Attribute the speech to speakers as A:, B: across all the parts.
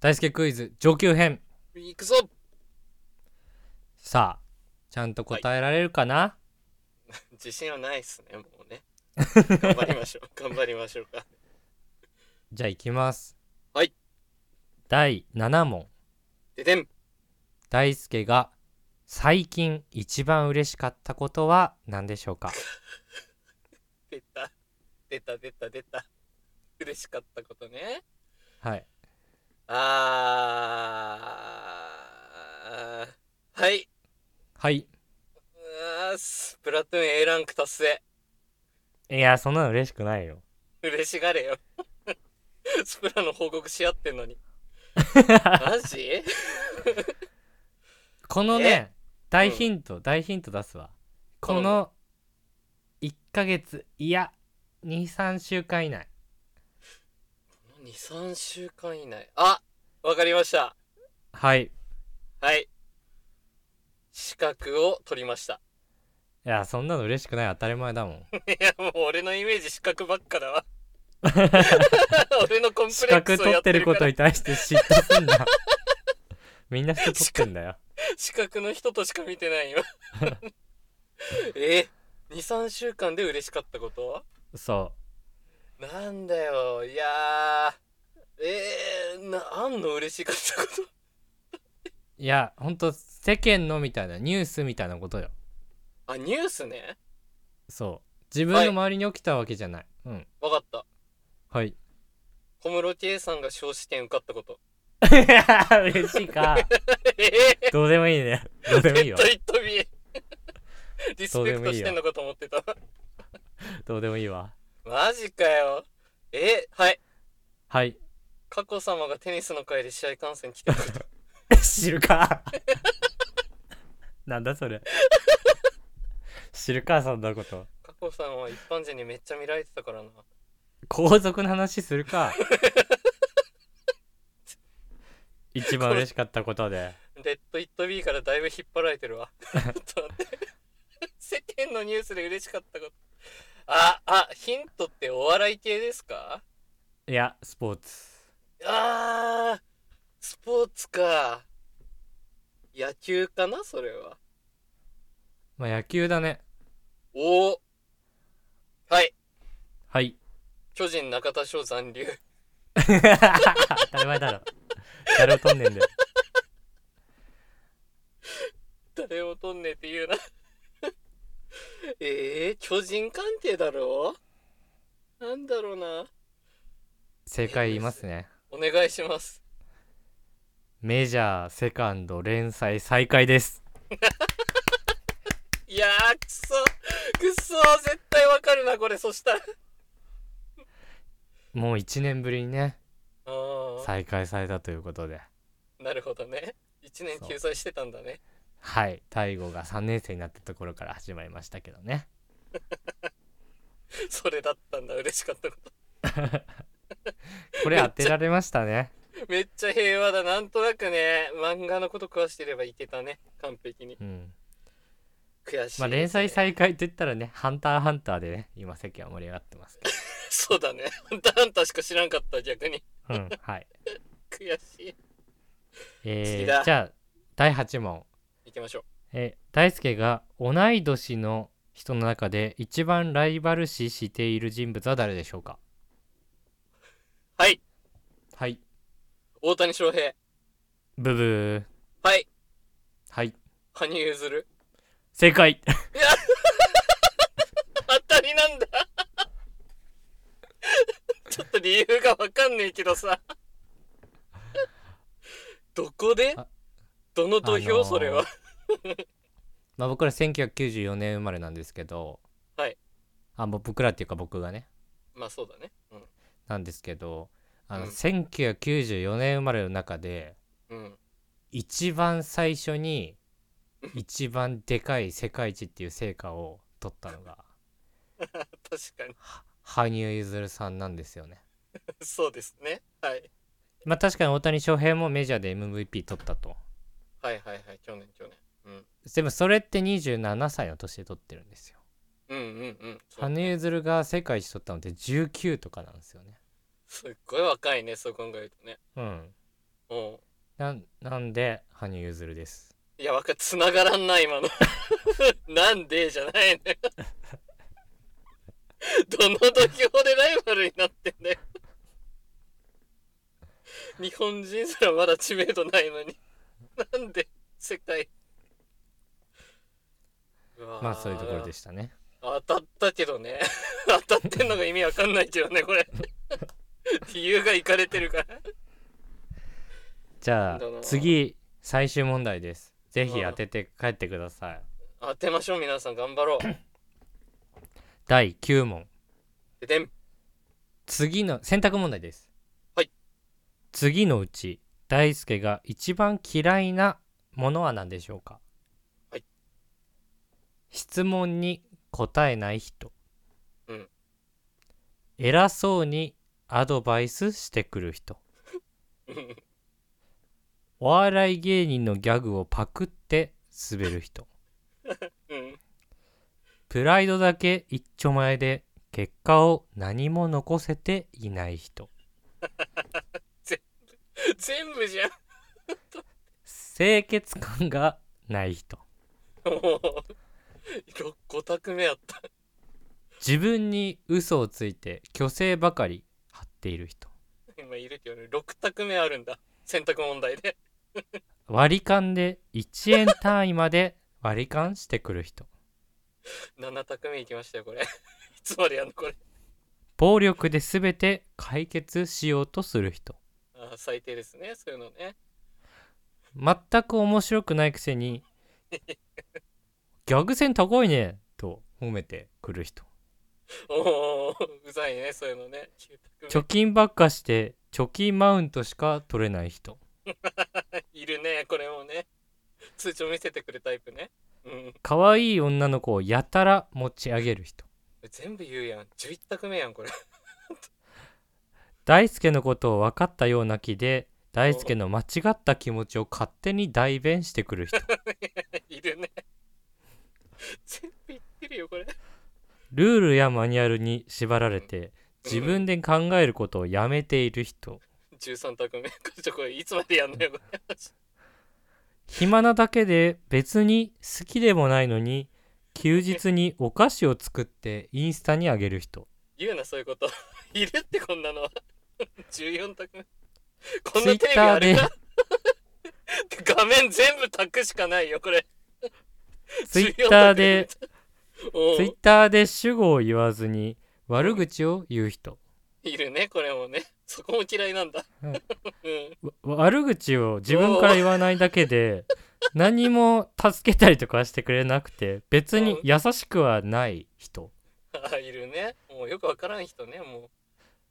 A: 大輔クイズ上級編
B: いくぞ
A: さあちゃんと答えられるかな、
B: 自信はないっすね、もうね。頑張りましょう、頑張りましょうか。
A: じゃあいきます
B: はい
A: 第7問
B: ででん
A: 大輔が最近一番嬉しかったことは何でしょうか
B: 出た、出た、出た、出た。嬉しかったことね。
A: はい
B: あー、はい。
A: はいう
B: ースプラトゥーン A ランク達成。
A: いやそんなの嬉しくないよ
B: 嬉しがれよ。 スプラの報告し合ってんのに。マジ
A: このね大ヒント、大ヒント出すわ
B: こ
A: こ
B: の
A: の1ヶ月いや23週間以内
B: 2、3週間以内。あわかりました。
A: はいい
B: はい。資格を取りました。
A: やそんなの嬉しくない当たり前だもん
B: いや、もう俺のイメージ資格ばっ かだわ。俺のコンプ
A: 資
B: レック
A: 格
B: スを
A: 取
B: や
A: っ
B: ってて
A: る
B: る
A: こ
B: か
A: と
B: ら。
A: に対して嫉妬すん なみんな人取ってんだよ
B: 資格の人としか見 てないよ。え、2、3週間で嬉しかったこと
A: そ
B: なんだよ、いやー。えー、な、あんの嬉しかったこと
A: ういやほんと世間のみたいなニュースみたいなことよ
B: あ、ニュースね。
A: そう自分の周りに起きたわけじゃない、うん
B: わかった。
A: はい
B: 小室圭さんが小試験受かったこと。
A: 嬉しいか
B: ええ
A: どうでもいいねどうでもいい
B: ー、
A: よ
B: といっと びえ。リス
A: どう
B: ペ
A: で
B: ク
A: もい
B: ト
A: いよ
B: してんのかと思ってた。
A: どうでもいいわ
B: マジかよ。え、はい。
A: はい
B: 佳子様がテニスの会で試合観戦来てること。
A: 知る かなんだそれ知るかそんなこと
B: 佳子様は一般人にめっちゃ見られてたからな。
A: 皇族の話する か一番嬉しかったことで
B: レッド・イット・ビーからだいぶ引っ張られてるわ。ちょっと待って。世間のニュースで嬉しかったこと。あ、あ、ヒントってお笑い系ですか
A: いやスポーツ
B: あー、スポーツか。野球かなそれは。
A: まあ野球だね
B: おお。はい。
A: はい
B: 巨人中田翔残留。
A: 当たり前だろ誰をとんねんだよ
B: 誰もとんねえって言うな ええ巨人関係だろなんだろうな
A: 正解言いますね
B: お願いします
A: メジャーセカンド連載再開です
B: いやーくそくそ絶対わかるなこれそしたら
A: もう1年ぶりにね
B: あー
A: 再開されたということで
B: なるほどね1年休載してたんだね
A: はい大悟が3年生になったところから始まりましたけどね
B: それだったんだ嬉しかったこと
A: これ当てられましたね
B: めっちゃ平和だなんとなくね漫画のこと食わしてればいけたね完璧に
A: うん
B: 悔しいですね、
A: まあ連載再開と言ったらね「ハンターハンター」でね今世間は盛り上がってますけ
B: そうだねハンターハンターしか知らんかった逆に
A: ど うんはい
B: 悔しい
A: え
B: 次
A: ー、
B: だ
A: じゃあ第8問
B: 行きましょう
A: え大輔が同い年の人の中で一番ライバル視している人物は誰でしょうか
B: はい
A: はい
B: 大谷翔平
A: ブブー
B: はい
A: はい
B: 羽生結弦
A: 正解
B: 当たりなんだ ちょっと理由がわかんねえけどさ どこで
A: あ
B: どの土
A: あの
B: 俵
A: ー
B: それは
A: まあ僕ら1994年生まれなんですけど
B: はい
A: あぼ僕らっていうか僕がね
B: まあそうだねう
A: なんですけどあの、
B: うん
A: 1994年生まれの中で
B: ん うん
A: 一番最初に一番でかい世界一っていう成果を取ったのが
B: 確かに
A: 羽生結弦さんなんですよね。
B: そうですね、はい、
A: まあ確かに大谷翔平もメジャーで MVP 取ったと。
B: はいはいはい去年去年、うん、
A: でもそれって27歳の年で取ってるんですよ。
B: うんうんうんそう
A: 羽生結弦が世界一取ったのって19とかなんですよね。
B: すっごい若いねそう考えるとね
A: うん。
B: うん
A: なんで羽生結弦です
B: いや、わか、繋がらんな、今の。 なんでじゃないね。 どの土俵でライバルになってんだよ。日本人すらまだ知名度ないのに。なんで、世界。。
A: まあそういうところですしたね
B: 当たったけどね。 当たってんのが意味わかんないけどね、これ。 理由がいかれてるから。
A: じゃあ
B: どうぞ
A: 次最終問題ですぜひ当てて帰ってください
B: 当てましょう、皆さん。頑張ろう。
A: 第9問
B: ででん。
A: 次の選択問題です
B: はい
A: 次のうち大輔が一番嫌いなものは何でしょうか
B: はい
A: 質問に答えない人
B: うん
A: 偉そうにアドバイスしてくる人
B: うん
A: お笑い芸人のギャグをパクって滑る人
B: うん。
A: プライドだけ一丁前で結果を何も残せていない人
B: 全部じゃん。
A: 清潔感がない人
B: もう6五択目やった
A: 自分に嘘をついて虚勢ばかり張っている人
B: 今いるけどね6択目あるんだ選択問題で
A: 割り勘で1円単位まで割り勘してくる人
B: 7択目いきましたよこれ いつまでやんのこれ
A: 暴力で全て解決しようとする人
B: あー最低ですねそういうのね
A: 全く面白くないくせに「ギャグ線高いね」と褒めてくる人
B: おおうざいねそういうのね9
A: 貯
B: 択
A: 金ばっかして貯金マウントしか取れない人
B: 目いるねこれもね通帳見せてくるタイプねうん
A: 可愛い女の子をやたら持ち上げる人
B: 全部言うやん11択目やんこれ
A: 大輔のことを分かったような気で大輔の間違った気持ちを勝手に代弁してくる人
B: いるね全部言ってるよこれ
A: ルールやマニュアルに縛られて自分で考えることをやめている人
B: 13択目ちょこれいつまでやんのよこれ
A: 暇なだけで別に好きでもないのに休日にお菓子を作ってインスタにあげる人
B: 言うなそういうこと いるってこんなの は14択目こ
A: ツ
B: ん
A: イ
B: な
A: ッ
B: テレビ
A: ター
B: あれ
A: で
B: か画面全部タクしかないよこれ
A: ツイッターで
B: お
A: ツイッターで主語を言わずに悪口を言う人
B: いるねこれもねそこも嫌いなんだ、
A: うん
B: うん
A: わ悪口を自分から言わないだけで何も助けたりとかしてくれなくて別に優しくはない人
B: あいるねもうよくわからん人ねも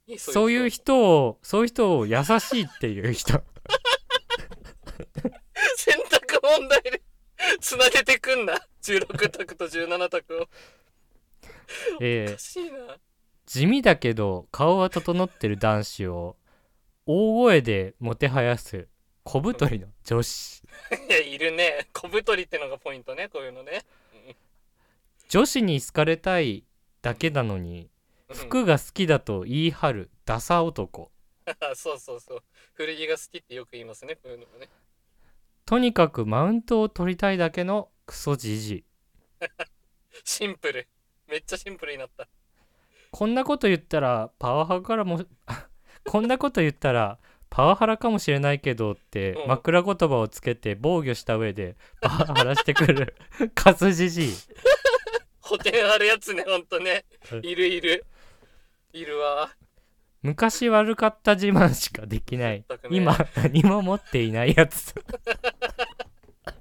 B: ういい
A: そういう人をそういう人を優しいっていう 人
B: 選択問題で つなげてくんな16択と17択をお
A: え
B: かしいな
A: ー地味だけど顔は整ってる男子を大声でもてはやす小太りの女子
B: いやいるね小太りってのがポイントねこういうのね
A: 女子に好かれたいだけなのに
B: うん
A: 服が好きだと言い張るダサ男
B: あそうそうそう古着が好きってよく言いますねこういうのもね
A: とにかくマウントを取りたいだけのクソじじい
B: シンプルめっちゃシンプルになった
A: こんなこと言ったらパワハラからも こんなこと言ったらパワハラかもしれないけどって
B: うん
A: 枕言葉をつけて防御した上でパワハラしてくる カスじじい
B: 補填あるや つねほんとね
A: はい
B: いるいるいるわ
A: 昔悪かった自慢しかできない
B: 全くね
A: 今何も持っていないやつ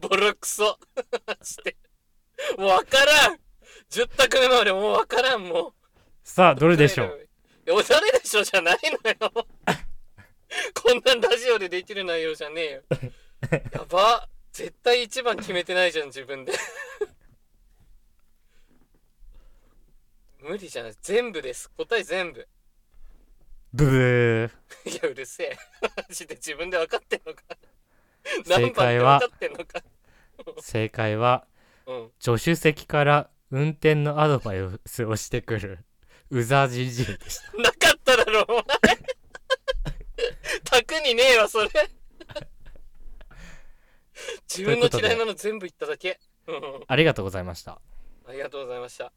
B: ボロクソしてもうわからん10択目までもうわからんもう
A: さあどれでしょう
B: いやおしゃれでしょじゃないのよ こんなんラジオでできる内容じゃねえよ やば絶対一番決めてないじゃん自分で無理じゃない全部です答え全部
A: ブブ
B: いやうるせえマジで自分で分かってんのか
A: 正
B: 何番っ
A: 解
B: て
A: は
B: 分かってんのか
A: ー正解は
B: うん
A: 助手席から運転のアドバイスをしてくるうざじじいでした
B: なかっただろお前卓にねえわそれ
A: 自分の
B: ということで
A: 嫌いなの全部言っただけ。うんうん
B: ありがとうございました
A: ありがとうございました。